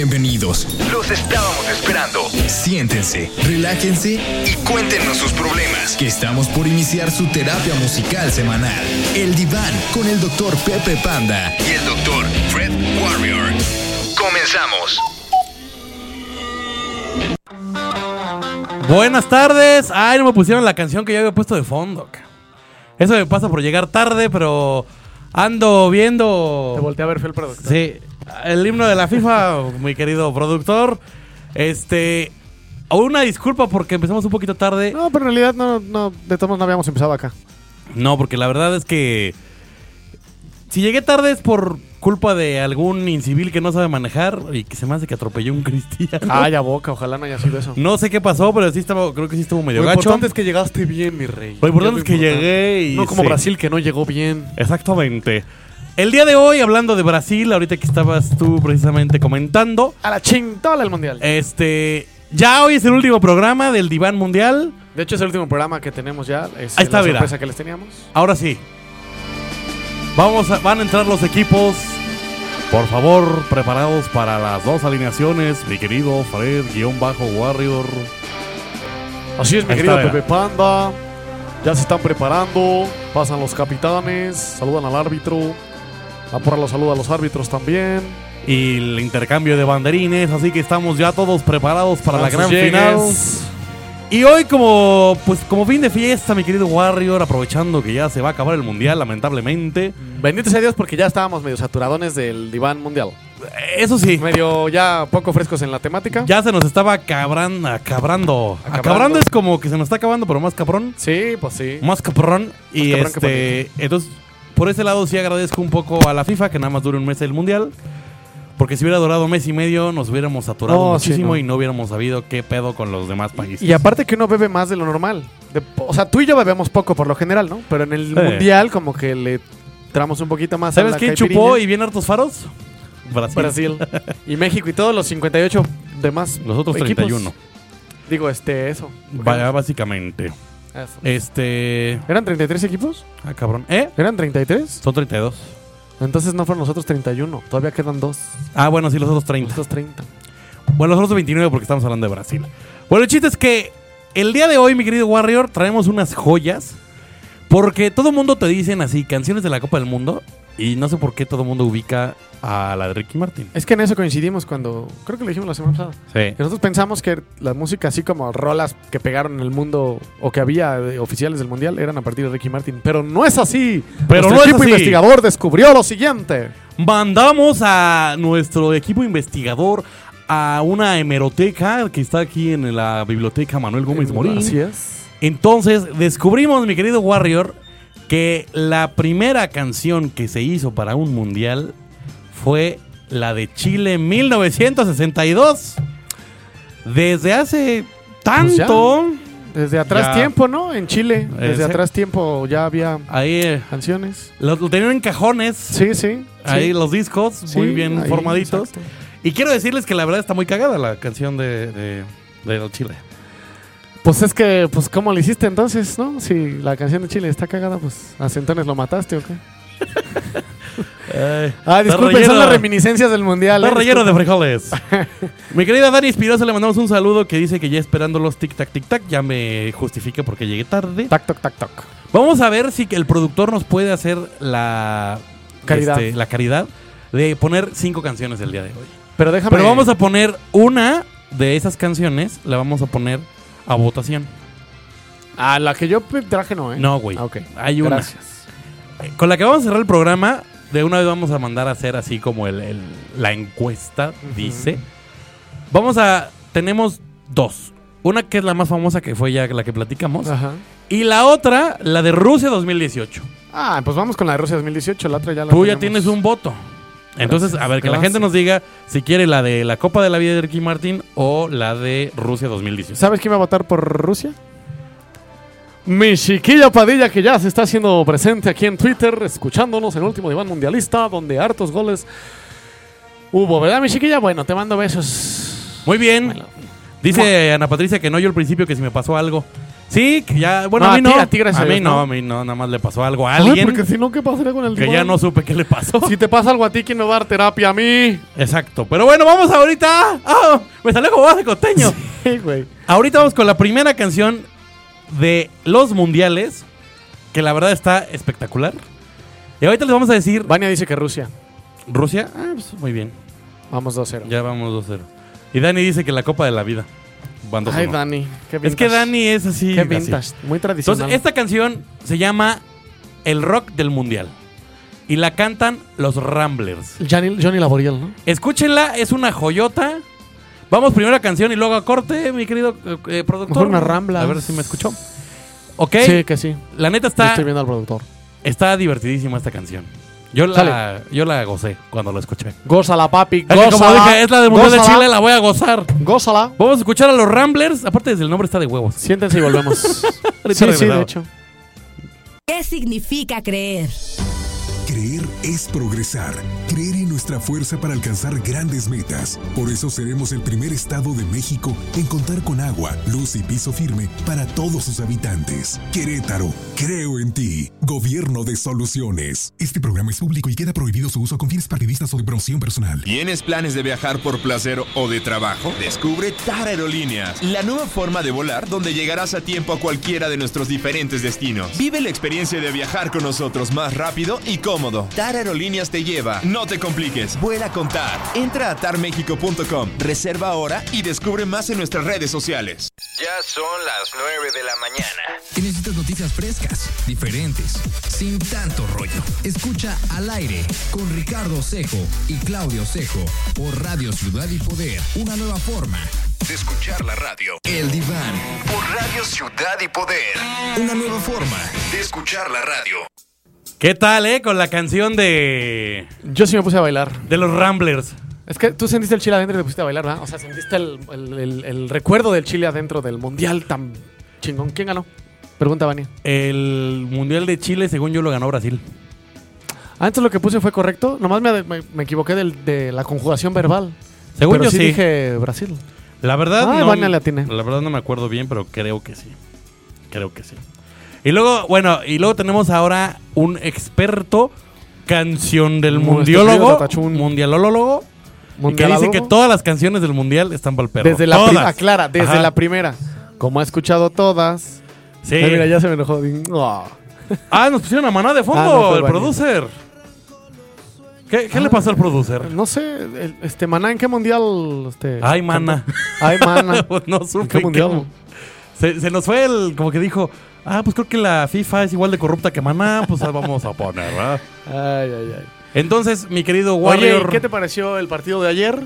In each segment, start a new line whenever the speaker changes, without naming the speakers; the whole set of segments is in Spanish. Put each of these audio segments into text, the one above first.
listos.
Los estábamos esperando.
Siéntense, relájense
y cuéntenos sus problemas.
que estamos por iniciar su terapia musical semanal. El diván con el doctor Pepe Panda.
Y el doctor Fred Warrior. Comenzamos.
Buenas tardes. Ay, no me pusieron la canción que yo había puesto de fondo. ca. Eso me pasa por llegar tarde, pero ando
Te
viendo.
volteé a ver feo el productor.
Sí, el himno de la FIFA, mi querido productor. Este, una disculpa porque empezamos un poquito tarde.
No, pero en realidad no, no, de todos modos no habíamos empezado acá.
No, porque la verdad es que si llegué tarde es por culpa de algún incivil que no sabe manejar y que se me hace que atropelló un cristiano.
Ay, a boca, ojalá no haya sido eso.
No sé qué pasó, pero sí estaba, creo que sí estuvo medio
Lo
gacho.
importante es que llegaste bien, mi rey.
Lo importante es que
importante.
llegué y
No como
sí.
Brasil que no llegó bien.
Exactamente. El día de hoy, hablando de Brasil, ahorita que estabas tú precisamente comentando,
A la chintola el mundial.
este, ya hoy es el último programa del Diván Mundial.
de hecho, es el último programa que tenemos ya. Es
Ahí está,
la
mira.
sorpresa que les teníamos.
Ahora sí, vamos a- van a entrar los equipos. Por favor, preparados para las dos alineaciones, mi querido Fred-Warrior.
Así es, mi
Ahí
querido
está, mira.
Pepe Panda. Ya se están preparando. Pasan los capitanes. Saludan al árbitro. La porra los saluda a los árbitros también.
Y el intercambio de banderines, así que estamos ya todos preparados para la
Francis
gran
Llegues.
final. Y hoy como pues como fin de fiesta, mi querido Warrior, aprovechando que ya se va a acabar el mundial, lamentablemente.
Bendito sea Dios porque ya estábamos medio saturadones del diván mundial.
Eso sí,
Medio ya poco frescos en la temática.
ya se nos estaba cabran, acabrando.
Acabrando.
Acabrando es como que se nos está acabando, pero más cabrón.
Sí, pues sí.
Más cabrón. Y
cabrón que
este. Entonces, por ese lado sí agradezco un poco a la FIFA que nada más dure un mes el mundial. Porque si hubiera durado un mes y medio, nos hubiéramos saturado
No, sí,
muchísimo
no.
y no hubiéramos sabido qué pedo con los demás países.
Y aparte que uno bebe más de lo normal. De- o sea, tú y yo bebemos poco por lo general, ¿no? Pero en el
Sí.
mundial como que le tramos un poquito más. a
¿Sabes
la
quién
caipirinha.
chupó y bien hartos faros? Brasil.
Brasil y México y todos los 58 demás.
Los otros
equipos.
31.
Digo, este, eso.
Vaya, básicamente.
Eso.
Este.
¿Eran 33 equipos?
Ah, cabrón. ¿Eh?
¿Eran 33?
Son 32.
Entonces no fueron los otros 31. Todavía quedan dos.
Ah, bueno, sí, los otros 30.
Estos 30.
Bueno, los otros 29 porque estamos hablando de Brasil. Bueno, el chiste es que el día de hoy, mi querido Warrior, traemos unas joyas. Porque todo mundo te dicen así, canciones de la Copa del Mundo. Y no sé por qué todo mundo ubica a la de Ricky Martin.
Es que en eso coincidimos cuando... Creo que lo dijimos la semana pasada.
Sí.
Que Nosotros pensamos que la música, así como rolas que pegaron en el mundo o que había de oficiales del mundial, eran a partir de Ricky Martin. Pero no es así.
Pero
Nuestro
no es
equipo
así.
investigador descubrió lo siguiente.
Mandamos a nuestro equipo investigador a una hemeroteca que está aquí en la biblioteca Manuel Gómez Morín.
Así es.
Entonces descubrimos, mi querido Warrior, que la primera canción que se hizo para un mundial fue la de Chile 1962. Desde hace
Pues
tanto.
Desde atrás
Ya. Eh,
tiempo, ¿no? En Chile. Desde
Ese.
atrás tiempo ya había
Ahí eh,
canciones.
lo, lo tenían en cajones.
Sí, sí.
Ahí
sí.
los discos,
Sí,
muy bien
ahí,
formaditos.
exacto.
Y quiero decirles que la verdad está muy cagada la canción de, de, de Chile.
Pues es que, pues, ¿cómo lo hiciste entonces, no? Si la canción de Chile está cagada, pues, a Centones lo mataste, ¿o qué? Ah,
Está
disculpen, son
relleno.
las reminiscencias del mundial.
Está
¿eh?
relleno de frijoles. Mi querida Dani Espirosa, le mandamos un saludo que dice que ya esperando los tic-tac, tic-tac, ya me justifica porque llegué tarde.
Tac, toc, tac, toc.
Vamos a ver si que el productor nos puede hacer la
Caridad.
este, la caridad de poner cinco canciones el día de hoy.
Pero déjame.
Pero vamos a poner una de esas canciones, la vamos a poner a votación.
Ah, la que yo pe- traje no, ¿eh?
No, güey.
Ah, ok.
Hay una.
Gracias.
Eh, Con la que vamos a cerrar el programa, de una vez vamos a mandar a hacer así como el, el- la encuesta dice. Vamos a. Tenemos dos. Una que es la más famosa, que fue ya la que platicamos.
Ajá.
Y la otra, la de Rusia 2018.
Ah, pues vamos con la de Rusia 2018. La otra ya la
Tú ya
tenemos.
tienes un voto. Entonces,
Gracias,
a ver, que la
gracias.
gente nos diga si quiere la de la Copa de la Vida de Ricky Martin o la de Rusia 2018.
¿Sabes quién va a votar por Rusia? Mi chiquilla Padilla, que ya se está haciendo presente aquí en Twitter, escuchándonos en el último diván mundialista, donde hartos goles hubo, ¿verdad, mi chiquilla? Bueno, te mando besos.
Muy bien.
Bueno.
Dice Ana Patricia que no yo al principio, que si me pasó algo. Sí, que ya, bueno,
No,
a
a
mí no.
ti- a ti, gracias
a
a
mí
Dios,
no,
no.
a mí no, nada más le pasó algo a
Ay,
alguien
porque si no, ¿qué pasaría con el
que
Divan?
ya no supe qué le pasó.
Si te pasa algo a ti, ¿quién me va a dar terapia a mí?
Exacto, pero bueno, vamos ahorita. ¡Ah! me salió como voz de costeño.
Sí, güey.
Ahorita vamos con la primera canción de los mundiales, que la verdad está espectacular. Y ahorita les vamos a decir
Vania dice que Rusia.
Rusia. Ah, pues muy bien.
Vamos 2-0.
Ya vamos 2-0. Y Dani dice que la Copa de la Vida. Van 2-1.
Ay, Dani. este Qué
es que Dani es así.
Qué
así.
vintage. Muy tradicional.
Entonces, esta canción se llama El Rock del Mundial. Y la cantan los Ramblers.
Johnny, Johnny Laboriel, ¿no?
Escúchenla, es una joyota. Vamos primero a canción y luego a corte, mi querido eh, productor.
Mejor una rambla.
A ver si me escuchó. Ok.
Sí, que sí.
La neta
Yo
está,
Estoy viendo al productor.
está divertidísima esta canción. Yo la,
Sale.
yo la gocé cuando la escuché.
Gózala, papi.
Es que como
Gózala.
dije, es la del Mundial de
Gózala.
Chile, la voy a gozar.
Gózala.
Vamos a escuchar a los Ramblers. Aparte, desde el nombre está de huevos.
Siéntense y volvemos. sí,
Ahorita
sí, de
regresamos.
hecho.
¿Qué significa creer?
Creer es progresar. Creer en nuestra fuerza para alcanzar grandes metas. Por eso seremos el primer estado de México en contar con agua, luz y piso firme para todos sus habitantes. Querétaro, creo en ti. Gobierno de soluciones. Este programa es público y queda prohibido su uso con fines partidistas o de promoción personal.
¿Tienes planes de viajar por placer o de trabajo? Descubre TAR Aerolíneas, la nueva forma de volar donde llegarás a tiempo a cualquiera de nuestros diferentes destinos. Vive la experiencia de viajar con nosotros más rápido y cómodo. TAR Aerolíneas te lleva, no te compliques, vuela con TAR. Entra a tarmexico.com, reserva ahora y descubre más en nuestras redes sociales.
Ya son las 9 de la mañana.
Y necesitas noticias frescas, diferentes, sin tanto rollo. Escucha al aire con Ricardo Seco y Claudio Seco por Radio Ciudad y Poder. Una nueva forma de escuchar la radio. El diván.
Por Radio Ciudad y Poder.
Una nueva forma.
De escuchar la radio.
¿Qué tal, eh? Con la canción de,
Yo sí me puse a bailar.
de los Ramblers.
Es que tú sentiste el chile adentro y te pusiste a bailar, ¿verdad? O sea, sentiste el, el- el- el recuerdo del chile adentro del mundial tan chingón. ¿Quién ganó? Pregunta Vania.
El Mundial de Chile, según yo, lo ganó Brasil.
Antes lo que puse fue correcto. Nomás me, me- me equivoqué del- de la conjugación verbal.
Según
Pero
yo, sí.
dije Brasil.
La verdad,
Ah,
no,
Vania le atiné.
la verdad no me acuerdo bien, pero creo que sí. Creo que sí. Y luego, bueno, y luego tenemos ahora un experto canción del
Nuestro
mundiólogo,
querido Tatachún.
mundialólogo, y que dice
Mundialólogo.
que todas las canciones del mundial están para el perro.
Desde la
Todas.
primera, aclara, desde
Ajá.
la primera. Como ha escuchado todas.
Sí.
Ay, mira, ya se me enojó. Din- Ah.
Ah, nos pusieron a maná de fondo,
Ah, no, fue
el
Vania.
producer. ¿Qué, qué le pasó al producer?
No sé, el- este Maná, ¿en qué mundial? Este,
Ay, mana.
Ay, Maná.
Pues no
¿En
supe.
qué mundial?
Se, se nos fue el, como que dijo, ah, pues creo que la FIFA es igual de corrupta que Maná, pues ah, vamos a poner, ¿verdad?
Ay, ay, ay.
Entonces, mi querido
Oye,
Warrior,
¿y ¿qué te pareció el partido de ayer?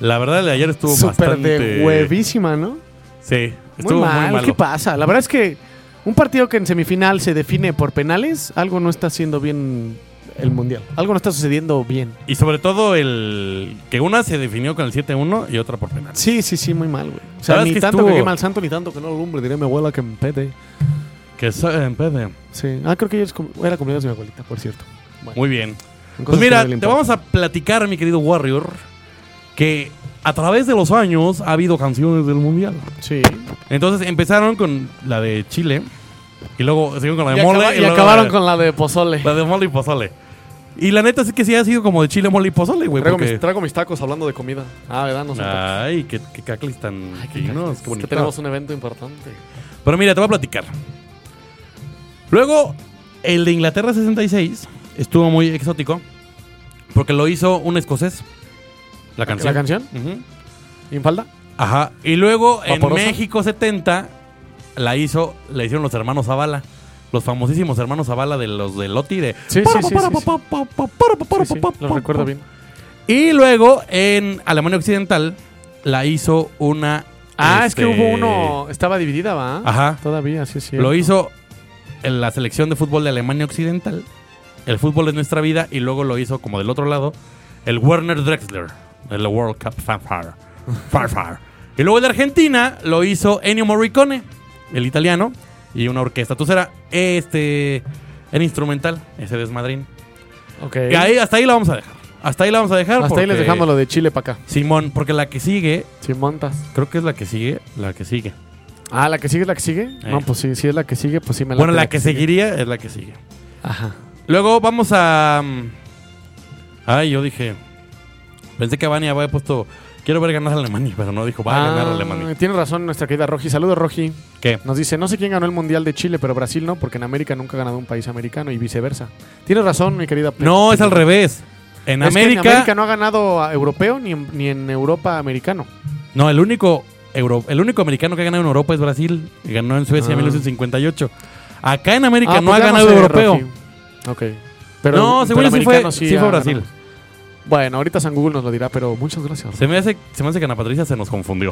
la verdad el de ayer estuvo
Súper
bastante...
de huevísima, ¿no?
Sí, estuvo muy,
muy mal.
malo.
¿Qué pasa? La verdad es que un partido que en semifinal se define por penales, algo no está haciendo bien el mundial. Algo no está sucediendo bien.
Y sobre todo el que una se definió con el 7-1 y otra por penal.
Sí, sí, sí, muy mal, güey. O
La
sea,
verdad es
ni
que
tanto
estuvo-
que quema al santo, ni tanto que no alumbre, diré mi abuela que empete.
Que so- en vez de-
Sí. Ah, creo que ayer es cum- era cumpleaños de mi abuelita, por cierto.
Muy bien.
Cosas
Pues
que
mira,
no le
te
importan.
vamos a platicar, mi querido Warrior, que a través de los años ha habido canciones del Mundial.
Sí.
Entonces empezaron con la de Chile y luego siguieron con la
Y,
de Mole.
acaba- y
luego
acabaron
la-
con la de Pozole.
La de mole y pozole. Y la neta es que sí ha sido como de chile, mole y pozole, güey.
Traigo,
porque-
mis, traigo mis tacos hablando de comida. Ah, ¿verdad? No son tacos.
Ay, qué, qué cacles tan finos, qué
Es
bonito.
que tenemos un evento importante.
Pero mira, te voy a platicar. Luego, el de Inglaterra 66 estuvo muy exótico porque lo hizo un escocés. La canción.
Ah, ¿La canción?
Ujú.
¿Infalda?
Ajá. Y luego
Vaporosa.
en México 70 la hizo, la hicieron los hermanos Zavala. Los famosísimos hermanos Zavala de los de Loti de.
Sí, sí, sí, sí, sí. Sí, sí, lo recuerdo bien.
Y luego en Alemania Occidental la hizo una.
Ah,
este,
es que hubo uno. Estaba dividida, ¿va?
Ajá.
Todavía, sí, sí.
Lo hizo en la selección de fútbol de Alemania Occidental. El fútbol es nuestra vida. Y luego lo hizo como del otro lado. El Werner Drexler. El World Cup Fanfare. Fanfare. Y luego el de Argentina lo hizo Ennio Morricone. El italiano. Y una orquesta. Entonces era este. El instrumental. Ese desmadrín.
Ok.
Y ahí, hasta ahí la vamos a dejar. Hasta ahí la vamos a dejar.
Hasta ahí les
porque-
dejamos lo de Chile para acá.
Simón, porque la que sigue
Sin montas.
Creo que es la que sigue, la que sigue.
Ah, la que sigue es la que sigue. No, pues sí, si es la que sigue, pues sí me la
Eh. Bueno, la que seguiría es la que sigue.
Ajá.
Luego vamos a. mm, Ay, yo dije. Pensé que Vania había puesto. Quiero ver ganar a Alemania, pero no dijo va a ganar
Ah,
a Alemania.
Tiene razón nuestra querida Roji. Saludos, Roji.
¿Qué?
Nos dice, no sé quién ganó el Mundial de Chile, pero Brasil no, porque en América nunca ha ganado un país americano y viceversa. Tienes razón, mi querida. Ple-
No, es al revés. En
Es que
América.
en América no ha ganado a europeo ni en, ni en Europa americano.
No, el único, euro- el único americano que ha ganado en Europa es Brasil. y Ganó en Suecia en
Ah.
1958. Acá en América
Ah,
no
pues
ha
ya
ganado
sé,
europeo.
Roji. Ok. Pero,
no, según yo
pero
sí fue,
americano
sí fue
ha
Brasil.
ganado. Bueno, ahorita San Google nos lo dirá, pero muchas gracias.
Se me, hace, se me hace que Ana Patricia se nos confundió.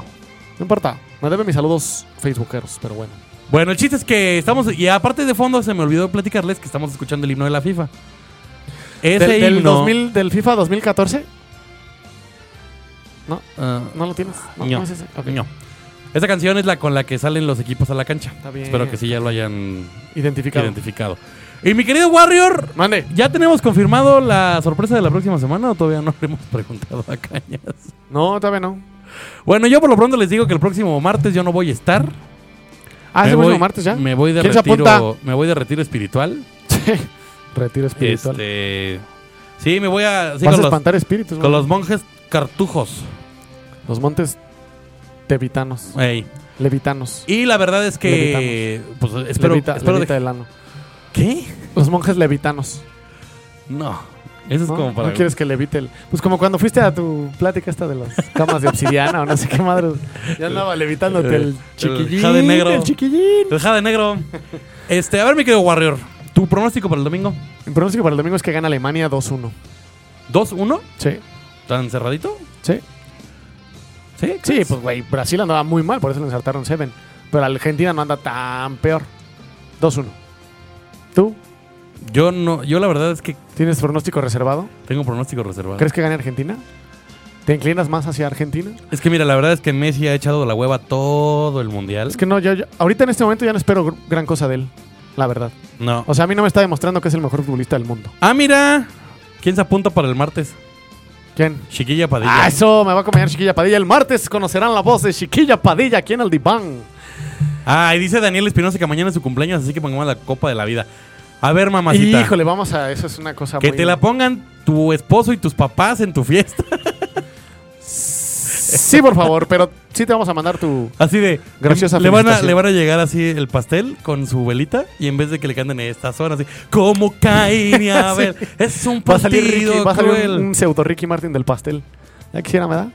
No importa. Me debe mis saludos facebookeros, pero bueno.
Bueno, el chiste es que estamos. Y aparte de fondo, se me olvidó platicarles que estamos escuchando el himno de la FIFA. Ese
del, del
himno.
2000 del FIFA 2014? No,
Ah,
no lo tienes. No,
No.
no es ese. Ok.
no. Esa canción es la con la que salen los equipos a la cancha.
Está bien.
Espero que sí ya lo hayan
Identificado.
identificado. Y mi querido Warrior,
Mande.
¿Ya tenemos confirmado la sorpresa de la próxima semana o todavía no le hemos preguntado a Cañas?
No, todavía no.
Bueno, yo por lo pronto les digo que el próximo martes yo no voy a estar.
Ah,
Me
es el próximo
voy-
martes ya.
Me voy de
¿Quién se
retiro,
apunta?
me voy de retiro espiritual.
Retiro espiritual.
Este, sí, me voy a sí, con,
Vas a
los,
espantar espíritus.
con
¿no?
los monjes cartujos.
Los montes tevitanos.
Ey.
Levitanos.
Y la verdad es que pues espero,
Levita,
espero
levita
de-
del ano.
¿Qué?
Los monjes levitanos.
No. Eso es
¿no?
como para
No quieres que levite el. Pues como cuando fuiste a tu plática esta de las camas de obsidiana o no sé qué madre. Ya andaba levitándote el chiquillín.
Eh, jade negro.
El chiquillín.
Deja de negro. Este, a ver, mi querido Warrior, tu pronóstico para el domingo.
El pronóstico para el domingo es que gana Alemania 2-1.
2-1,
Sí,
tan cerradito.
sí.
Sí,
Sí, pues güey, Brasil andaba muy mal, por eso le ensartaron 7. Pero Argentina no anda tan peor. 2-1. ¿Tú
Yo no, yo la verdad es que
tienes pronóstico reservado?
tengo pronóstico reservado.
¿Crees que gane Argentina? ¿Te inclinas más hacia Argentina?
Es que mira, la verdad es que Messi ha echado la hueva todo el mundial.
Es que no, yo, yo- ahorita en este momento ya no espero gr- gran cosa de él, la verdad.
no.
O sea, a mí no me está demostrando que es el mejor futbolista del mundo.
Ah, mira. ¿Quién se apunta para el martes?
¿Quién?
Chiquilla Padilla.
Ah, eso me va a acompañar Chiquilla Padilla. El martes conocerán la voz de Chiquilla Padilla aquí en el diván.
Ah, y dice Daniel Espinosa que mañana es su cumpleaños, así que pongamos la copa de la vida. A ver, mamacita.
Híjole, vamos a. Eso es una cosa
que
muy-
te la pongan tu esposo y tus papás en tu fiesta.
Sí, por favor, pero sí te vamos a mandar tu.
Así de.
Graciosa
le van, a,
felicitación.
le van a llegar así el pastel con su velita y en vez de que le canten esta zona así. Como Caín y Abel. Es un
Va a salir,
partido
Ricky- va a salir
cruel.
un, un pseudo Ricky Martin del pastel. Ya quisiera, ¿verdad?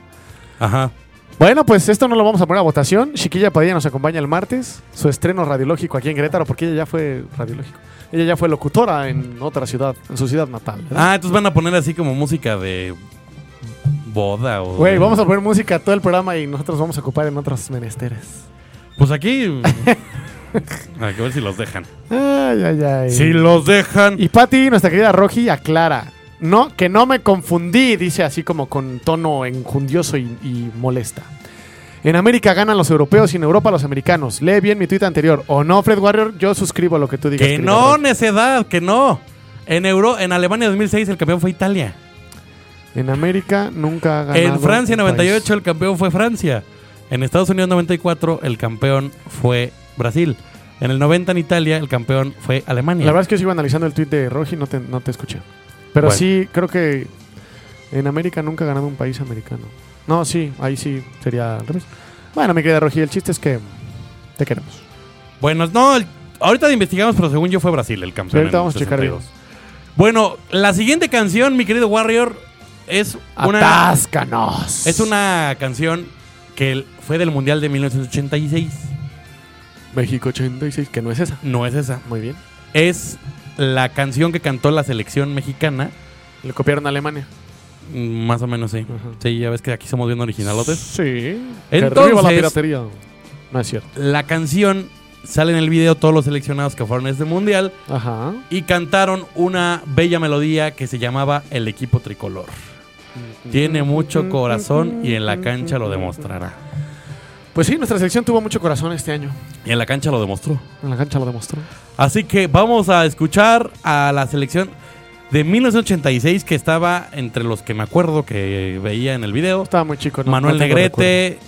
Ajá.
Bueno, pues esto no lo vamos a poner a votación. Chiquilla Padilla nos acompaña el martes. Su estreno radiológico aquí en Querétaro, porque ella ya fue radiológico. Ella ya fue locutora en otra ciudad, en su ciudad natal. ¿verdad?
Ah, entonces van a poner así como música de boda o.
Güey, vamos a poner música todo el programa y nosotros vamos a ocupar en otros menesteres.
Pues aquí. Hay que ver si los dejan.
Ay, ay, ay.
Si los dejan.
Eh, Y Patti, nuestra querida Roji, aclara. No, que no me confundí, dice así como con tono enjundioso y, y molesta. En América ganan los europeos y en Europa los americanos. Lee bien mi tuit anterior. O no, Fred Warrior, yo suscribo lo que tú digas.
Que
querida
no,
Roji.
necedad, que no. En Euro, en Alemania 2006 el campeón fue Italia.
En América nunca ha ganado.
En Francia
un país.
98 el campeón fue Francia. En Estados Unidos 94 el campeón fue Brasil. En el 90 en Italia el campeón fue Alemania.
La verdad es que yo sigo analizando el tuit de Roji, no te, no te escuché. Pero
Bueno.
sí, creo que en América nunca ha ganado un país americano. No, sí, ahí sí sería al revés. Bueno, mi querida Roji, el chiste es que te queremos.
Bueno, no, el- ahorita investigamos, pero según yo fue Brasil el campeón.
ahorita
en
vamos a checar
62. Bueno, la siguiente canción, mi querido Warrior, es una
¡Atáscanos!
es una canción que el- fue del Mundial de 1986.
México 86, que no es esa.
No es esa.
Muy bien.
Es la canción que cantó la selección mexicana,
Le copiaron a Alemania.
mm, más o menos sí.
Ajá.
Sí, ya ves que aquí somos bien originalotes.
Sí.
Entonces-
Entonces, la piratería. No es cierto.
la canción sale en el video todos los seleccionados que fueron a este mundial
Ajá.
y cantaron una bella melodía que se llamaba El equipo tricolor. Tiene mucho corazón y en la cancha lo demostrará.
Pues sí, nuestra selección tuvo mucho corazón este año.
Y en la cancha lo demostró.
En la cancha lo demostró.
Así que vamos a escuchar a la selección de 1986 que estaba entre los que me acuerdo que veía en el video.
Estaba muy chico. no-
Manuel
no tengo
Negrete,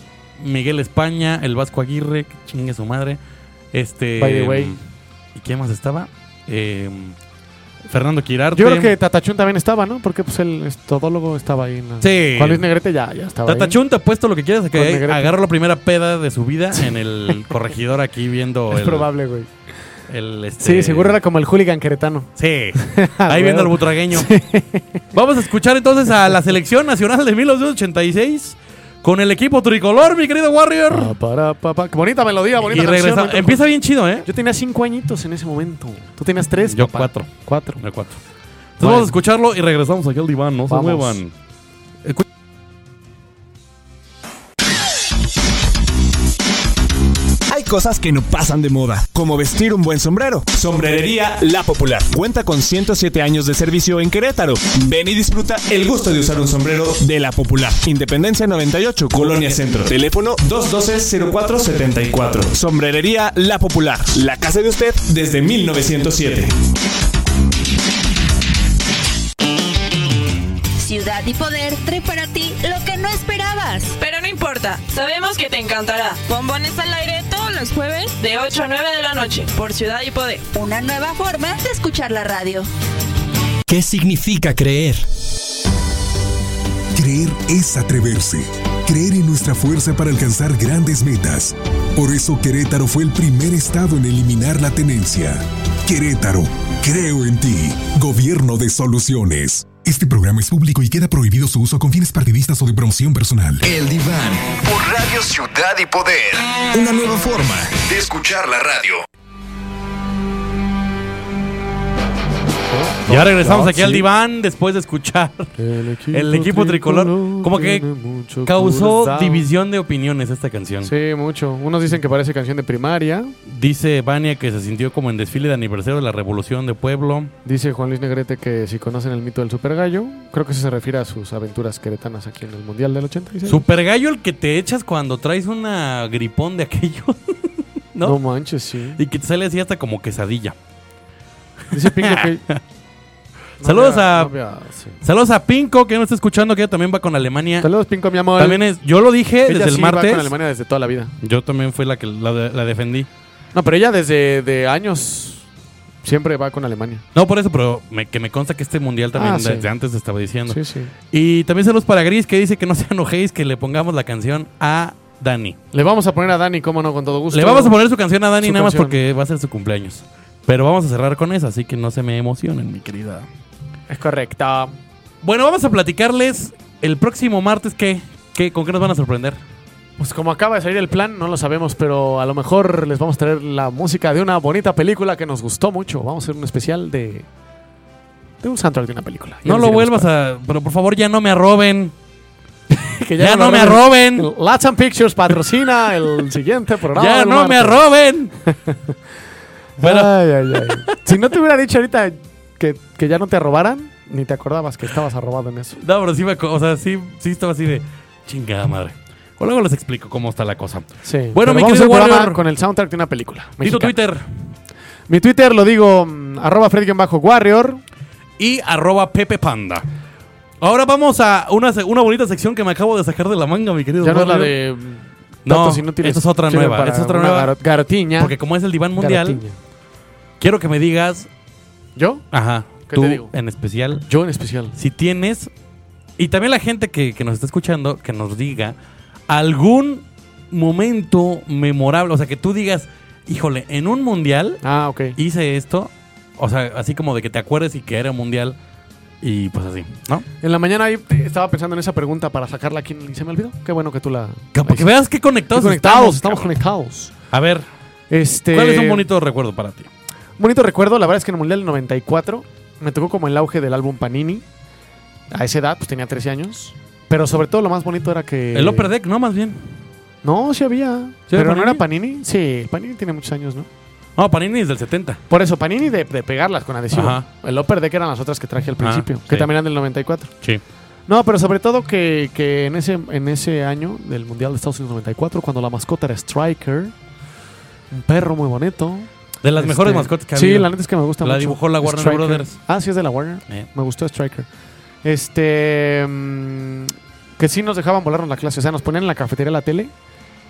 Miguel España, el Vasco Aguirre, que chingue su madre. Este.
By the way.
¿Y quién más estaba? Eh, Fernando Quirarte.
Yo creo que Tatachun también estaba, ¿no? Porque pues el estodólogo estaba ahí. ¿no?
Sí.
Juan Luis Negrete ya, ya estaba ahí.
Tatachun te apuesto lo que quieras, a
Con
que
Negrete.
agarró la primera peda de su vida en el corregidor aquí viendo
Es
el,
probable, güey.
el, este-
Sí, seguro era Ah, como el hooligan queretano.
Sí, ahí viendo al butragueño. Vamos a escuchar entonces a la selección nacional de 1986 con el equipo tricolor, mi querido Warrior.
Pa, para, pa, pa. Qué Bonita melodía, Ah, bonita
y
canción,
regresa.
bonito
Empieza bien chido, ¿eh?
Yo tenía cinco añitos en ese momento. Tú tenías tres.
Yo
papá.
cuatro.
Cuatro.
De cuatro. Entonces
Bueno.
vamos a escucharlo y regresamos aquí al diván, no
Vamos.
se muevan. Escu-
Hay cosas que no pasan de moda, como vestir un buen sombrero. Sombrerería La Popular. Cuenta con 107 años de servicio en Querétaro. Ven y disfruta el gusto de usar un sombrero de La Popular. Independencia 98, Colonia Centro. Teléfono 212-0474. Sombrerería La Popular. La casa de usted desde 1907.
Ciudad y Poder trae para ti lo que no esperabas.
Pero no importa, sabemos que te encantará. Bombones al aire todos los jueves de 8 a 9 de la noche por Ciudad y Poder.
Una nueva forma de escuchar la radio.
¿Qué significa creer?
Creer es atreverse. Creer en nuestra fuerza para alcanzar grandes metas. Por eso Querétaro fue el primer estado en eliminar la tenencia. Querétaro, creo en ti. Gobierno de soluciones. Este programa es público y queda prohibido su uso con fines partidistas o de promoción personal.
El diván.
Por Radio Ciudad y Poder.
Una nueva forma.
De escuchar la radio.
Ya regresamos aquí al diván después de escuchar.
El
El equipo tricolor como que
tiene mucho
Causó
corazón.
división de opiniones esta canción.
Sí, mucho. Unos dicen que parece canción de primaria.
Dice Vania que se sintió como en desfile de aniversario de la Revolución de Pueblo.
Dice Juan Luis Negrete que si conocen el mito del supergallo, creo que eso se refiere a sus aventuras queretanas aquí en el Mundial del 86.
Super gallo el que te echas cuando traes una gripón de aquello.
no.
¿no?
manches, sí.
Y que te sale así hasta como quesadilla.
Dice Pingo que...
Saludos a-
no vea- sí.
Saludos a Pinco, que no está escuchando, que ella también va con Alemania.
Saludos, Pinco, mi amor.
También es, yo lo dije
Ella
desde
sí
el
va
martes.
con Alemania desde toda la vida.
Yo también fui la que la, de- la defendí.
No, pero ella desde de años siempre va con Alemania.
No por eso, pero me- que me consta que este mundial también
Ah, sí.
desde antes estaba diciendo.
Sí, sí.
Y también saludos para Gris, que dice que no se enojéis, que le pongamos la canción a Dani.
Le vamos a poner a Dani, cómo no, con todo gusto.
Le vamos a poner su canción a Dani
Su
nada más
canción.
porque va a ser su cumpleaños. Pero vamos a cerrar con esa, así que no se me emocionen, mi querida.
Es correcta.
Bueno, vamos a platicarles el próximo martes qué, qué con qué nos van a sorprender.
Pues como acaba de salir el plan, no lo sabemos, pero a lo mejor les vamos a traer la música de una bonita película que nos gustó mucho. Vamos a hacer un especial de. de un soundtrack de una película. Ya
No
les
lo
diremos
vuelvas
cuál.
a, pero por favor ya no me arroben.
Que
ya no me
arroben.
arroben.
Latin Pictures patrocina el siguiente programa.
ya
del
no me
martes.
arroben. Bueno.
Ay, ay, ay. Si no te hubiera dicho ahorita que, que ya no te arrobaran, ni te acordabas que estabas arrobado en eso.
No, pero sí me, acu- o sea, sí, sí estaba así de chingada madre. O luego les explico cómo está la cosa.
Sí.
Bueno,
Pero
mi
vamos a
querido
hacer un programa
Warrior.
con el soundtrack de una película.
Dito
mexicana.
Twitter
Mi Twitter lo digo mm, arroba Freddy-Warrior.
y arroba Pepe Panda. Ahora vamos a una, se- una bonita sección que me acabo de sacar de la manga, mi querido.
Ya no es la
Mario.
de
No,
datos inútiles.
esa es otra
Sirve
nueva,
para
esa es otra
una
nueva.
garo- Garotiña.
Porque como es el diván mundial,
Garotiña.
quiero que me digas,
¿Yo?
ajá,
¿Qué
tú
te digo?
en especial,
Yo en especial.
si tienes, y también la gente que, que nos está escuchando, que nos diga algún momento memorable, o sea, que tú digas, híjole, en un mundial
Ah, ok.
hice esto, o sea, así como de que te acuerdes y que era mundial, y pues así, ¿no?
En la mañana ahí eh, estaba pensando en esa pregunta para sacarla aquí y se me olvidó. Qué bueno que tú la...
Que- Para que
la hiciste.
veas que conectados,
Estamos
estamos,
conectados, estamos
cabrón.
conectados.
A ver,
Este,
¿cuál es un bonito recuerdo para ti?
bonito recuerdo? La verdad es que en el Mundial del 94 me tocó como el auge del álbum Panini. A esa edad, pues tenía 13 años. Pero sobre todo lo más bonito era que...
El Upper Deck, ¿no? Más bien.
No, sí había.
había
¿Pero no
Panini?
era Panini? Sí, el Panini tiene muchos años, ¿no?
No, Panini es del 70.
Por eso, Panini de, de pegarlas con adhesivo.
Ajá.
El Upper Deck eran las otras que traje al
Ah,
principio, que
sí.
también eran del 94.
Sí.
No, pero sobre todo que, que en, ese, en ese año del Mundial de Estados Unidos 94, cuando la mascota era Striker, un perro muy bonito.
De las
Este,
mejores mascotas que ha
Sí,
habido.
la neta es que me gusta
La
mucho.
dibujó la Warner
Stryker.
Brothers.
Ah, sí, es de la Warner.
Eh.
Me gustó Striker. Este. mm, que sí nos dejaban volarnos la clase. O sea, nos ponían en la cafetería la tele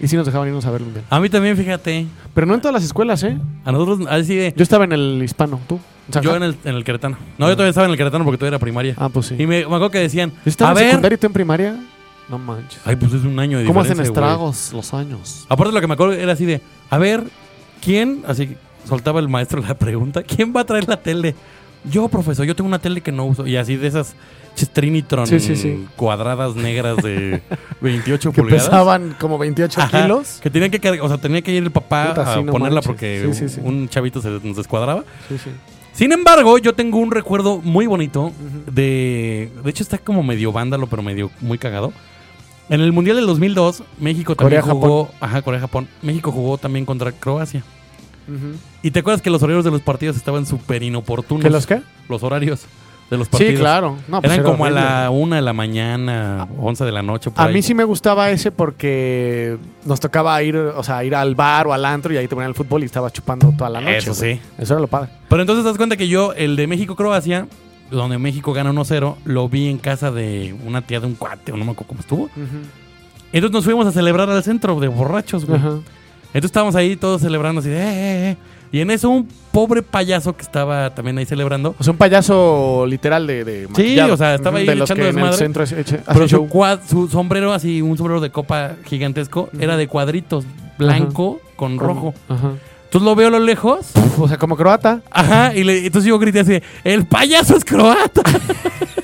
Y sí nos dejaban irnos a ver mundial.
A mí también, fíjate.
Pero no en todas las escuelas, ¿eh?
A nosotros, así de.
Yo estaba en el hispano, ¿tú? ¿En San
Yo
Juan?
en el, en el Queretano. No, yo todavía estaba en el Queretano porque todavía era primaria.
Ah, pues sí.
Y me, me acuerdo que decían,
Yo estaba
a
en
ver...
secundaria y tú en primaria. No manches.
Ay, pues es un año de
¿Cómo hacen
diferencia, güey.
estragos los años?
Aparte lo que me acuerdo era así de, a ver, ¿quién? Así soltaba el maestro la pregunta, ¿quién va a traer la tele? Yo, profesor, yo tengo una tele que no uso. Y así de esas ches- Trinitron
Sí, sí, sí.
cuadradas negras de 28
Que
pulgadas.
pesaban como 28
Ajá,
kilos.
Que tenían que cargar, o sea, tenía que ir el papá
Puta,
a
sí, no
ponerla
manches.
porque
Sí, sí, sí.
un chavito se nos descuadraba.
Sí, sí.
Sin embargo, yo tengo un recuerdo muy bonito de. De hecho, está como medio vándalo, pero medio muy cagado. En el Mundial del 2002, México también
Corea,
jugó. Ajá, Corea-Japón. México jugó también contra Croacia.
Ujú.
¿Y te acuerdas que los horarios de los partidos estaban súper inoportunos?
¿Que los qué?
Los horarios de los partidos.
Sí, claro. No, pues
Eran
era
como
horrible.
a la una de la mañana, 11 de la noche. por
A
ahí.
mí sí me gustaba ese porque nos tocaba ir, o sea, ir al bar o al antro y ahí te ponían el fútbol y estabas chupando toda la noche.
Eso
güey.
sí.
Eso era lo padre.
Pero entonces te das cuenta que yo, el de México-Croacia, donde México gana 1-0, lo vi en casa de una tía de un cuate, o no me acuerdo cómo estuvo. Entonces nos fuimos a celebrar al centro de borrachos, güey.
Ajá.
Entonces estábamos ahí todos celebrando así de... "Eh, eh, eh". Y en eso un pobre payaso que estaba también ahí celebrando.
O sea, un payaso literal de, de maquillado.
o sea, estaba
Ujú,
ahí
de los
echando
que en el
desmadre.
centro es- eche- hacen
Pero su,
show.
cuad- su sombrero así, un sombrero de copa gigantesco, era de cuadritos, blanco con rojo.
Ajá.
Entonces lo veo a lo lejos.
O sea, como croata.
Ajá, y le- entonces yo grité así, de, el payaso es croata.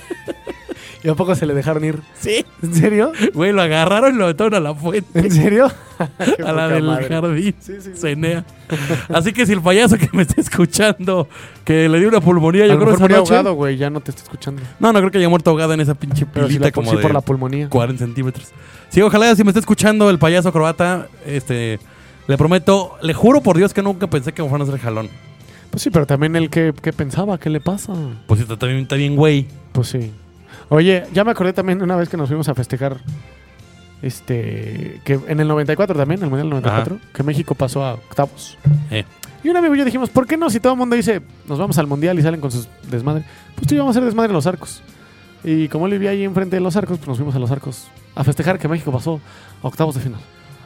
¿Y a poco se le dejaron ir?
Sí.
¿En serio?
Güey, lo agarraron y lo metieron a la fuente.
¿En serio? Qué
a la
poca
del
madre.
jardín.
Sí, sí, sí.
Cenea. Así que si el payaso que me está escuchando, que le dio una pulmonía,
A
yo
lo
creo
mejor
esa
murió
noche.
ahogado, güey. Ya no te estoy escuchando.
No, no creo que haya muerto ahogado en esa pinche
Pero
pilita
sí, la,
como
sí
de
por la pulmonía.
40 centímetros. Sí, ojalá si me está escuchando el payaso croata, este, le prometo, le juro por Dios que nunca pensé que me fueran a hacer jalón.
Pues sí, pero también el que, que pensaba, ¿qué le pasa?
Pues sí, está también, está bien, güey.
Pues sí. Oye, ya me acordé también una vez que nos fuimos a festejar. Este. Que en el 94 también, el Mundial 94, que México pasó a octavos.
Eh.
Y una vez yo dijimos, ¿por qué no? Si todo el mundo dice, nos vamos al Mundial y salen con sus desmadre. Pues tú íbamos a hacer desmadre en los arcos. Y como él vivía ahí enfrente de los arcos, pues nos fuimos a los arcos a festejar que México pasó a octavos de final.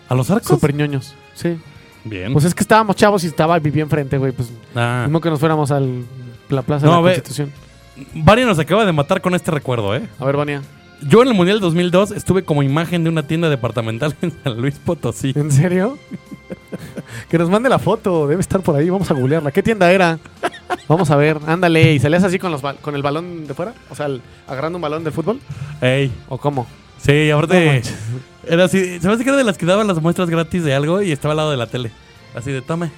¿A los arcos?
Súper ñoños. Sí.
Bien.
Pues es que estábamos chavos y estaba vivía enfrente, güey. Pues
Mm. Ah.
mismo que nos fuéramos al la Plaza
No,
de la
ve-
Constitución.
Vania nos acaba de matar con este recuerdo, ¿eh?
A ver, Vania.
Yo en el Mundial 2002 estuve como imagen de una tienda departamental en San Luis Potosí.
¿En serio? que nos mande la foto, debe estar por ahí, vamos a googlearla. ¿Qué tienda era? Vamos a ver, ándale, ¿y salías así con, los bal- con el balón de fuera? O sea, el- agarrando un balón de fútbol,
Ey.
¿o cómo?
Sí,
No
aparte.
manches.
era así. Se me hace que era de las que daban las muestras gratis de algo y estaba al lado de la tele. Así de tome.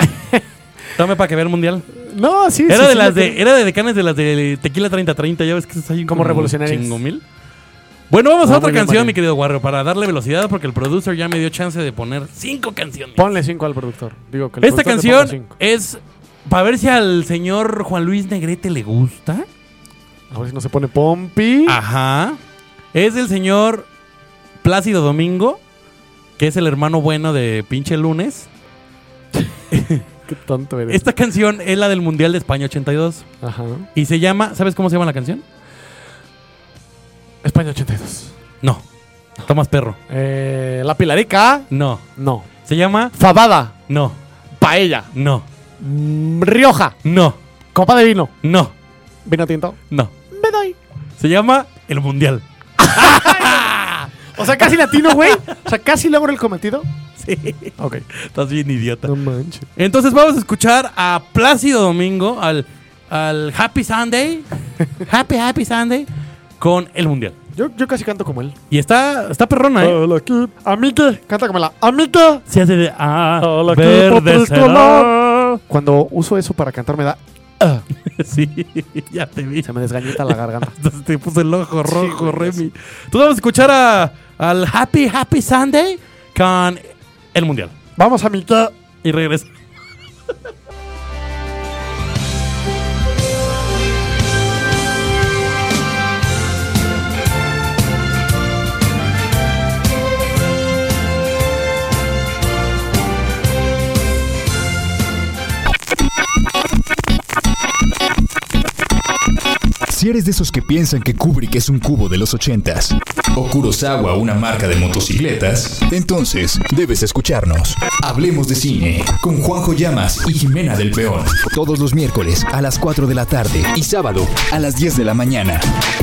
tome para que vea el mundial.
No, sí,
Era
sí,
de
sí,
las
lo que-
de. Era de decanes de las de Tequila 3030, ya ves que esas hay
Como revolucionarias.
chingo mil. Bueno, vamos
Ah,
a otra
muy bien,
canción,
Mario.
mi querido Warrio, para darle velocidad, porque el producer ya me dio chance de poner cinco canciones.
Ponle cinco al productor. Digo, que el
Esta
productor le ponga
canción
cinco.
es para ver si al señor Juan Luis Negrete le gusta.
A ver si no se pone Pompi.
Ah. Ajá. Es el señor Plácido Domingo, que es el hermano bueno de pinche lunes.
Qué tonto eres.
Esta canción es la del Mundial de España 82
Ajá.
y se llama, ¿sabes cómo se llama la canción?
España 82.
No. Tomás Perro.
Eh, la Pilarica.
No.
No.
Se llama
Fabada.
No.
Paella.
No.
Mm, Rioja.
No.
Copa de vino.
No.
Vino tinto.
No.
Me doy.
Se llama El Mundial.
O sea, casi latino, güey. O sea, casi logro el cometido.
Sí.
Ok.
Estás bien idiota.
manches.
Entonces vamos a escuchar a Plácido Domingo al, al Happy Sunday. Happy Happy Sunday con El Mundial.
Yo, yo casi canto como él.
Y está, está perrona, ¿eh?
Hola, kid. Amique. Canta como la amique.
Se hace de ah,
Hola, ¿qué
verde
papel
será.
color? Cuando uso eso para cantar me da... ah,
Sí, ya te vi.
se me desgañita la garganta.
Entonces te puse el ojo rojo, Remy. Entonces vamos a escuchar a- al Happy Happy Sunday con el Mundial.
Vamos, amique.
Y regresa.
eres de esos que piensan que Kubrick es un cubo de los ochentas o Kurosawa una marca de motocicletas, entonces debes escucharnos. Hablemos de cine con Juanjo Llamas y Jimena del Peón. Todos los miércoles a las 4 de la tarde y sábado a las 10 de la mañana.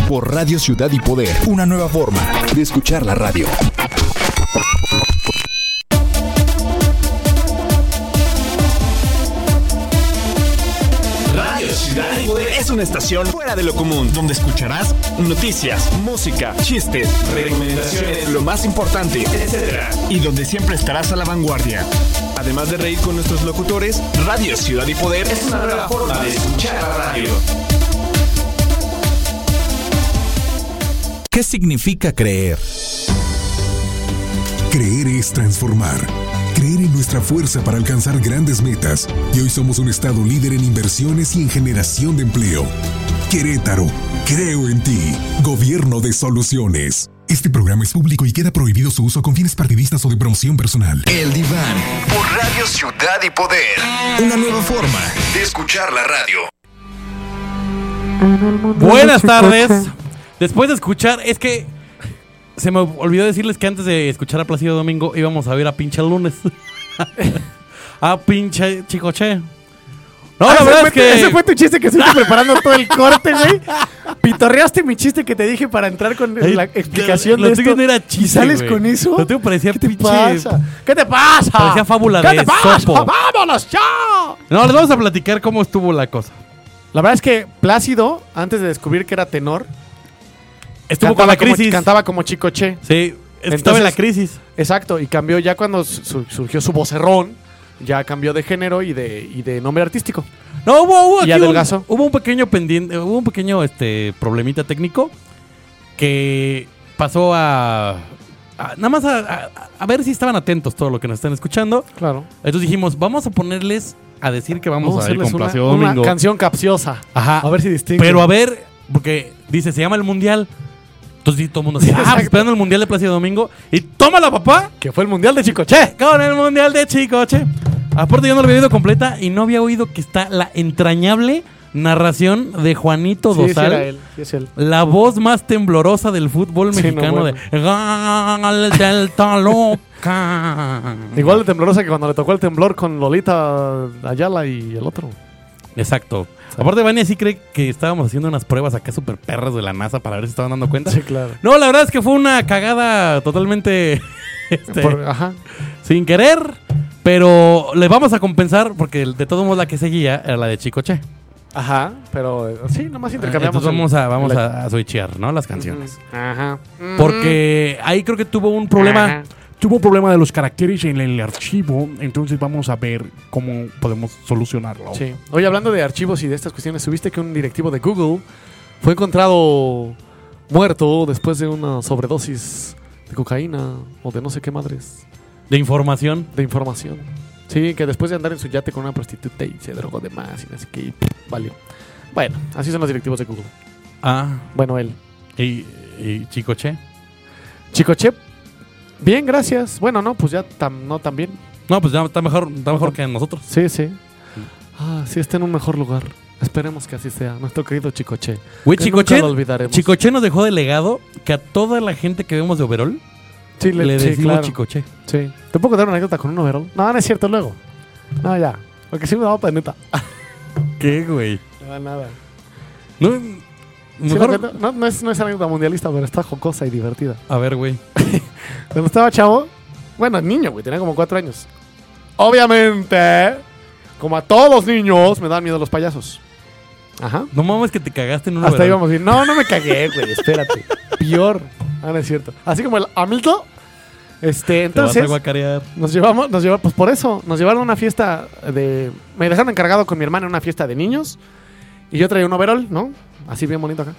Por Radio Ciudad y Poder, una nueva forma de escuchar la radio.
Radio Ciudad y Poder es una estación fuera de lo común donde escucharás noticias, música, chistes, recomendaciones, lo más importante, etc. Y donde siempre estarás a la vanguardia. Además de reír con nuestros locutores, Radio Ciudad y Poder es una nueva forma de escuchar la radio.
¿Qué significa creer?
Creer es transformar. Creer en nuestra fuerza para alcanzar grandes metas. Y hoy somos un estado líder en inversiones y en generación de empleo. Querétaro, creo en ti. Gobierno de soluciones. Este programa es público y queda prohibido su uso con fines partidistas o de promoción personal.
El diván. Por Radio Ciudad y Poder. Una nueva forma de escuchar la radio.
Buenas tardes. Después de escuchar, es que se me olvidó decirles que antes de escuchar a Placido Domingo íbamos a ver a pinche lunes. a pinche chicoche. No,
Ah,
la
ese
verdad
fue
es que.
tu- Ese fue tu chiste que estuviste preparando todo el corte, güey. Pitorreaste mi chiste que te dije para entrar con la explicación
lo
de
tuyo
esto.
no era
¿Y
chiste,
sales
güey.
con eso?
Lo tuyo parecía
¿Qué te
pinche-
pasa? ¿Qué te pasa?
Parecía fábula
¿Qué
de
te pasa?
sopo.
¡Vámonos, ya!
No, les vamos a platicar cómo estuvo la cosa.
La verdad es que Plácido, antes de descubrir que era tenor,
Estuvo con
cantaba
la
como-
crisis.
cantaba como chico che.
Sí, estaba en la crisis.
Exacto, y cambió ya cuando su- surgió su vocerrón, ya cambió de género y de, y de nombre artístico.
No, hubo, hubo
Y
aquí
adelgazó.
Un, hubo un pequeño pendiente, hubo un pequeño este problemita técnico que pasó a, a- nada más a, a- a ver si estaban atentos todo lo que nos están escuchando.
Claro.
Entonces dijimos, vamos a ponerles a decir que vamos,
Vamos
a
a
ir
hacerles
con
una-
Placido
una
Domingo.
canción capciosa.
Ajá.
A ver si distingue.
Pero a ver, porque dice, se llama el Mundial. Entonces sí, todo el mundo dice, ah, pues, esperando el Mundial de Placido Domingo. Y tómala, papá.
Que fue el Mundial de Chicoche.
Con el Mundial de Chicoche. Aparte, yo no lo había oído completa y no había oído que está la entrañable narración de Juanito
Sí, sí
Dosal.
era él, sí es él.
La voz más temblorosa del fútbol
Sí, no,
mexicano
bueno.
de Gol del Toluca.
Igual de temblorosa que cuando le tocó el temblor con Lolita Ayala y el otro.
Exacto. Aparte, Vania sí cree que estábamos haciendo unas pruebas acá super perras de la NASA para ver si estaban dando cuenta.
Sí, claro.
No, la verdad es que fue una cagada totalmente. este,
Por- ajá.
Sin querer. Pero le vamos a compensar porque de todos modos la que seguía era la de Chicoche.
Ajá, pero eh, sí, nomás intercambiamos.
Entonces vamos
el-
a, vamos
el-
a, a switchear, ¿no? Las canciones.
Ajá.
Porque ahí creo que tuvo un problema.
Ajá. Tuvo un problema de los caracteres en el archivo, entonces vamos a ver cómo podemos solucionarlo.
Sí. Oye, hablando de archivos y de estas cuestiones, ¿subiste que un directivo de Google fue encontrado muerto después de una sobredosis de cocaína o de no sé qué madres?
De información.
De información. Sí, que después de andar en su yate con una prostituta y se drogó de más y no sé qué, y pff, valió. Bueno, así son los directivos de Google.
Ah.
Bueno, él.
Y, y Chicoche.
Chicoche, bien, gracias. Bueno, no, pues ya tam- no tan bien.
No, pues ya está mejor, está mejor que nosotros.
Sí, sí. Ah, sí, está en un mejor lugar. Esperemos que así sea, nuestro querido Chicoche.
Güey,
Que
Chicoche,
Nunca lo olvidaremos.
Chicoche nos dejó de legado que a toda la gente que vemos de overall
Sí,
le,
le- sí,
decimos
claro.
Chicoche.
Sí. ¿Te puedo contar una anécdota con un overall? No, no es cierto, luego. No, ya. Porque sí me daba peneta.
¿Qué, güey?
No, nada.
No,
Sí,
mejor-
la neta, no, no es, no es anécdota mundialista, pero está jocosa y divertida.
A ver, güey.
Cuando estaba chavo, bueno, niño, güey, tenía como cuatro años. Obviamente, como a todos los niños, me dan miedo los payasos. Ajá.
No mames que te cagaste en un
Hasta ahí
overall.
vamos bien. No, no me cagué, güey, espérate. Pior. Ah, no es cierto. Así como el amito.
Te vas a
Este, entonces.
guacarear.
Nos llevamos, nos llevamos, pues por eso, nos llevaron a una fiesta de. Me dejaron encargado con mi hermana en una fiesta de niños. Y yo traía un overall, ¿no? Así bien bonito acá.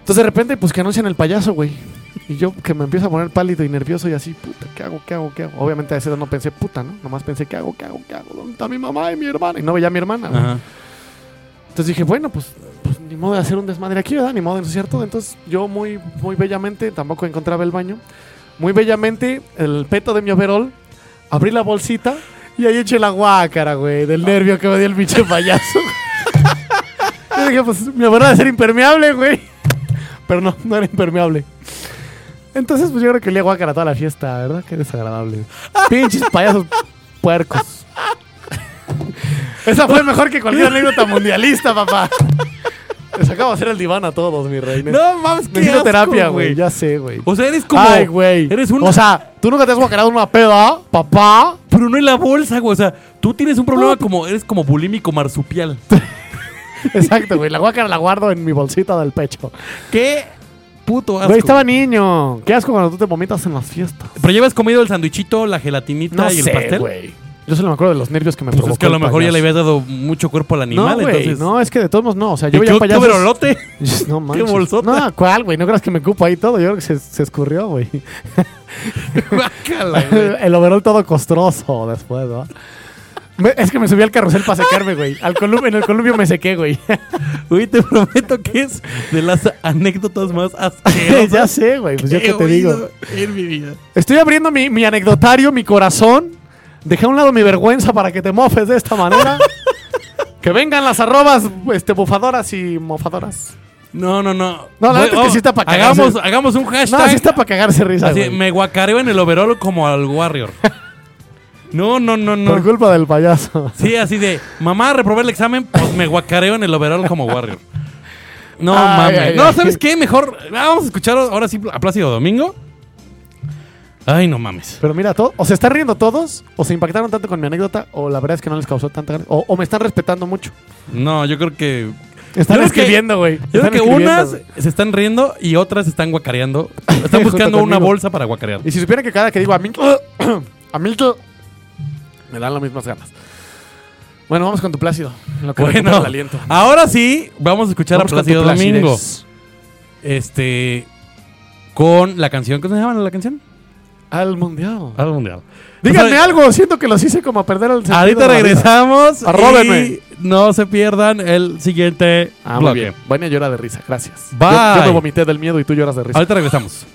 Entonces de repente, pues que anuncian el payaso, güey. Y yo que me empiezo a poner pálido y nervioso y así, puta, ¿qué hago? ¿Qué hago? ¿Qué hago? Obviamente a esa edad no pensé, puta, ¿no? Nomás pensé, ¿qué hago? ¿Qué hago? ¿Qué hago? ¿Dónde está mi mamá y mi hermana? Y no veía a mi hermana, güey.
Ajá.
Entonces dije, bueno, pues, pues ni modo de hacer un desmadre aquí, ¿verdad? Ni modo de ensuciar todo. Entonces yo muy, muy bellamente, tampoco encontraba el baño, muy bellamente el peto de mi overol, abrí la bolsita y ahí eché la guácara, güey, del nervio que me dio el pinche payaso. Yo dije, pues mi abuela debe ser impermeable, güey. Pero no, no era impermeable. Entonces, pues yo creo que le guácara toda la fiesta, ¿verdad? Qué desagradable. Pinches payasos puercos. Esa fue mejor que cualquier anécdota mundialista, papá. Les acabo de hacer el diván a todos, mi rey.
No mames, qué
Necesito
asco,
terapia,
güey.
güey. Ya sé, güey.
O sea, eres como.
Ay, güey.
Eres un.
O sea, tú nunca te has guacarado una peda, papá.
Pero no en la bolsa, güey. O sea, tú tienes un problema como. Eres como bulímico marsupial.
Exacto, güey. La guácara la guardo en mi bolsita del pecho.
¿Qué? Puto asco.
Güey, estaba niño. Qué asco cuando tú te vomitas en las fiestas.
Pero llevas comido el sandwichito, la gelatinita
No
y
sé,
el pastel.
güey. Yo solo me acuerdo de los nervios que me
Pues
provocó.
es que a lo
el
mejor ya le
payaso.
habías dado mucho cuerpo al animal,
no, güey,
entonces.
No, es que de todos modos no. O sea,
¿Y
yo veía
qué- qué
payasos.
verolote?
No manches.
bolsota?
No, ¿cuál, güey? No creas que me cupo ahí todo. Yo creo que se, se escurrió, güey.
Guácala, güey.
el overol todo costroso después, ¿no? Me- es que me subí al carrusel para secarme, güey. Al colum- en el columpio me sequé, güey.
Güey, te prometo que es de las anécdotas más asquerosas.
ya sé, güey. Pues yo
que
qué
he
te digo.
oído En mi vida.
Estoy abriendo mi, mi anecdotario, mi corazón. Dejé a un lado mi vergüenza para que te mofes de esta manera. que vengan las arrobas este, bufadoras y mofadoras.
No, no, no.
No, la
Güey,
neta es que
oh,
sí está para cagarse.
hagamos, hagamos un hashtag.
No, sí está para cagarse risa,
Así,
güey.
me guacareo en el overall como al Warrior. No, no, no,
Por
no.
culpa del payaso.
Sí, así de, mamá, reprobé el examen, pues me guacareo en el overall como Warrior. No
Ay,
mames.
ay,
no,
ay.
¿sabes qué? Mejor ah, vamos a escuchar ahora sí a Plácido Domingo. Ay, no mames.
Pero mira, todo, o se están riendo todos, o se impactaron tanto con mi anécdota, o la verdad es que no les causó tanta ganas, o, o me están respetando mucho.
No, yo creo que.
Están
Yo creo que-
escribiendo, güey.
Yo creo
Están
que
escribiendo,
unas
güey.
se están riendo y otras están guacareando. Están
Junto
buscando una
conmigo.
bolsa para guacarear.
Y si supieran que cada que digo a mí, a mí, me dan las mismas ganas. Bueno, vamos con tu plácido. en Lo que recupero
Bueno,
el aliento.
ahora sí, vamos a escuchar
Vamos
a
con tu
Plácido Domingo.
placidez.
Este. Con la canción. ¿Cómo se llama la canción?
Al mundial.
Al mundial.
Díganme
O sea,
algo, siento que los hice como a perder el sentido.
pues, Ahorita
de la vida.
regresamos.
Arróbenme.
Y no se pierdan el siguiente
Ah, muy
bloque.
bien. Buena llora de risa, gracias.
Bye.
Yo, yo me vomité del miedo y tú lloras de risa.
Ahorita regresamos.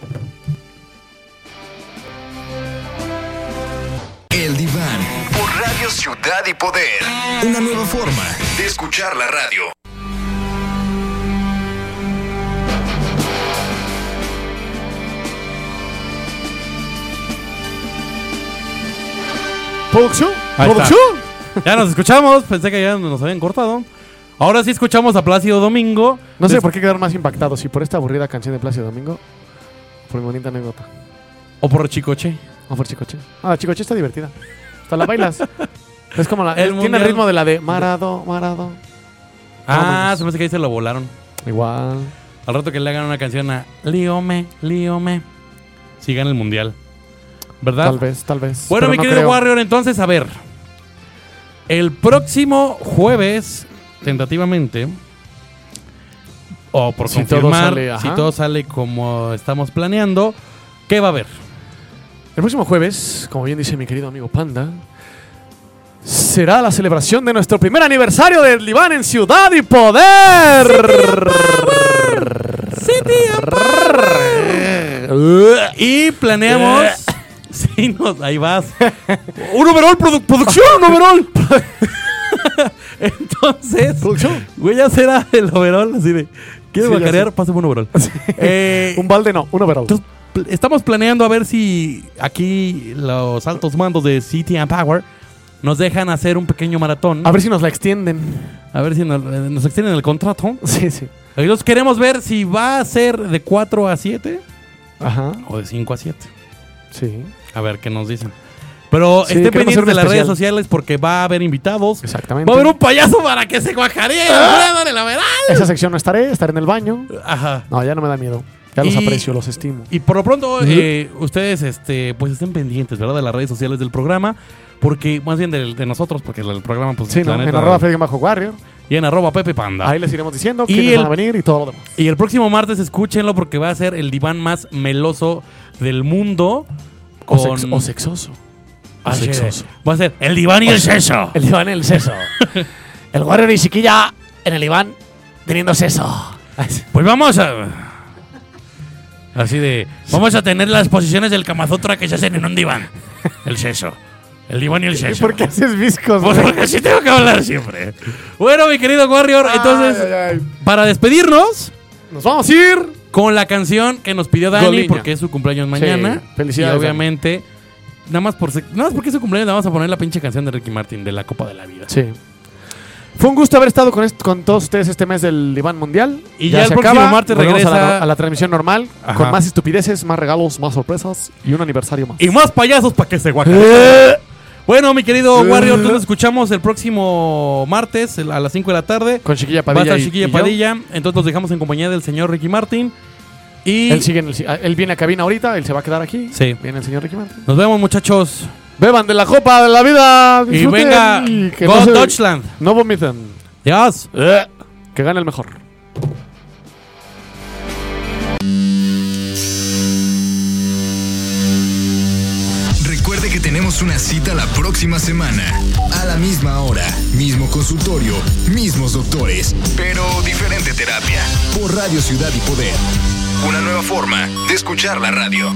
El diván. Por Radio Ciudad y Poder. Una nueva forma de escuchar la radio.
¿Producción?
Ahí está.
¿Producción?
Ya nos escuchamos. Pensé que ya nos habían cortado. Ahora sí escuchamos a Plácido Domingo.
No sé
Des-
por qué quedaron más impactados, si por esta aburrida canción de Plácido Domingo, por mi bonita anécdota.
O por Chicoche.
O por Chicoche. Ah, Chicoche está divertida. Hasta la bailas. es como la.
El
tiene
mundial-
el ritmo de la de Marado, Marado.
Ah, se me hace que ahí se lo volaron.
Igual.
Al rato que le hagan una canción a Líome, Líome. Si gana el mundial. ¿Verdad?
Tal vez, tal vez.
Bueno,
Pero
mi
no
querido
creo.
Warrior, entonces, a ver. El próximo jueves, tentativamente, o por
Si todo
confirmar,
sale, ajá.
si todo sale como estamos planeando, ¿qué va a haber?
El próximo jueves, como bien dice mi querido amigo Panda, será la celebración de nuestro primer aniversario del Libán en Ciudad y Poder.
Y planeamos. sí, nos, ahí vas. un overall, produ- producción, un overall. Entonces, güey, ya será el overall. Así de, ¿quieres
Sí, ya
bacarear?
sé.
Pásame un overall. Eh,
un balde no, un overall.
pl- estamos planeando a ver si aquí los altos mandos de City and Power nos dejan hacer un pequeño maratón.
A ver si nos la extienden.
A ver si nos, eh, nos extienden el contrato.
Sí, sí.
Y los queremos ver si va a ser de 4 a 7
Ajá.
o de 5 a 7.
Sí.
A ver qué nos dicen. Pero
Sí,
estén
queremos hacer
pendientes
un
de las
especial.
redes sociales porque va a haber invitados.
Exactamente. Ah.
Va a haber un payaso para que se guajaree. ¡Dándole la verdad!
Esa sección no estaré, estaré en el baño.
Ajá.
No, ya no me da miedo. Ya los
Y-
aprecio, los estimo.
Y por lo pronto,
Ujú.
eh, ustedes este, pues estén pendientes, ¿verdad? De las redes sociales del programa. Porque, más bien del- de, nosotros, porque el programa, pues.
Sí, ¿no?
la neta,
en arroba Freddy bajo Warrior.
y en arroba Pepe Panda.
Ahí les iremos diciendo
Y
quiénes
el-
van a venir y todo lo demás.
Y el próximo martes escúchenlo porque va a ser el diván más meloso del mundo.
O,
con-
sex- o sexoso. O
Ah, sí.
sexoso.
Va a ser el diván y el seso.
El diván y el seso. el Warrior y Chiquilla en el diván teniendo seso.
Pues vamos a. Así de. Vamos a tener las posiciones del Kamazotra que se hacen en un diván. El seso. El diván y el
¿Y
Shasha.
por qué haces viscos?
Pues
güey?
porque sí tengo que hablar siempre. Bueno, mi querido Warrior, entonces, para despedirnos,
nos vamos a ir
con la canción que nos pidió Dani
Goliña.
porque es su cumpleaños mañana.
Sí, felicidades,
Y obviamente, nada más por se- nada más porque es su cumpleaños, le vamos a poner la pinche canción de Ricky Martin de la Copa de la Vida.
Sí. Fue un gusto haber estado con, est- con todos ustedes este mes del Diván Mundial.
Y ya el próximo martes
volvemos a la,
regresa-
no- a la transmisión normal
Ajá.
con más estupideces, más regalos, más sorpresas y un aniversario más.
Y más payasos para que se guacan. bueno, mi querido
Eh.
Warrior, entonces nos escuchamos el próximo martes el- a las 5 de la tarde.
Con Chiquilla
Va a
Padilla.
estar
y-
Chiquilla
y yo.
Padilla. Entonces nos dejamos en compañía del señor Ricky Martin. Y
Él, sigue en el- ah, él viene a cabina ahorita, él se va a quedar aquí.
Sí.
Viene el señor Ricky Martin.
nos vemos, muchachos.
Beban de la copa de la vida.
Y
disfruten
venga,
y que
go
no se-
Deutschland.
No vomiten.
Dios.
Eh, Que gane el mejor.
Recuerde que tenemos una cita la próxima semana. A la misma hora, mismo consultorio, mismos doctores, pero diferente terapia. Por Radio Ciudad y Poder.
Una nueva forma de escuchar la radio.